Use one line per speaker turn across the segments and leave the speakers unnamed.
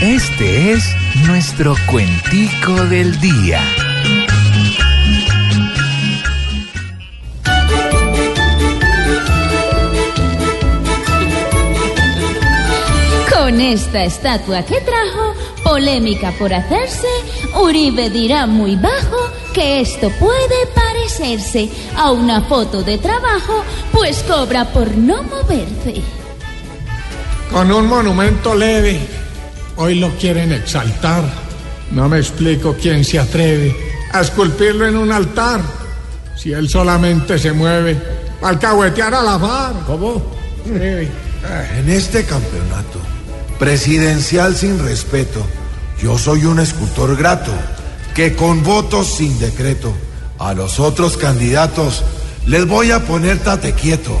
Este es nuestro cuentico del día.
Con esta estatua que trajo, polémica por hacerse, Uribe dirá muy bajo que esto puede parecerse a una foto de trabajo, pues cobra por no moverse.
Con un monumento leve, hoy lo quieren exaltar. No me explico quién se atreve a esculpirlo en un altar, si él solamente se mueve al cahuetear a la mar.
¿Cómo?
Sí.
En este campeonato presidencial sin respeto, yo soy un escultor grato que con votos sin decreto a los otros candidatos les voy a poner tate quieto.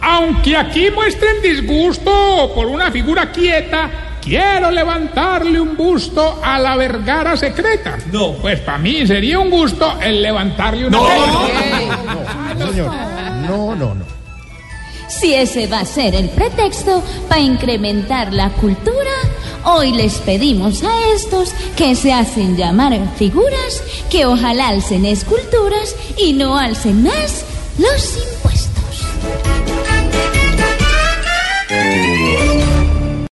Aunque aquí muestren disgusto por una figura quieta, quiero levantarle un busto a la vergara secreta. No. Pues para mí sería un gusto el levantarle una.
No.
Ey.
No, señor. No, no, no.
Si ese va a ser el pretexto para incrementar la cultura, hoy les pedimos a estos que se hacen llamar figuras, que ojalá alcen esculturas y no alcen más los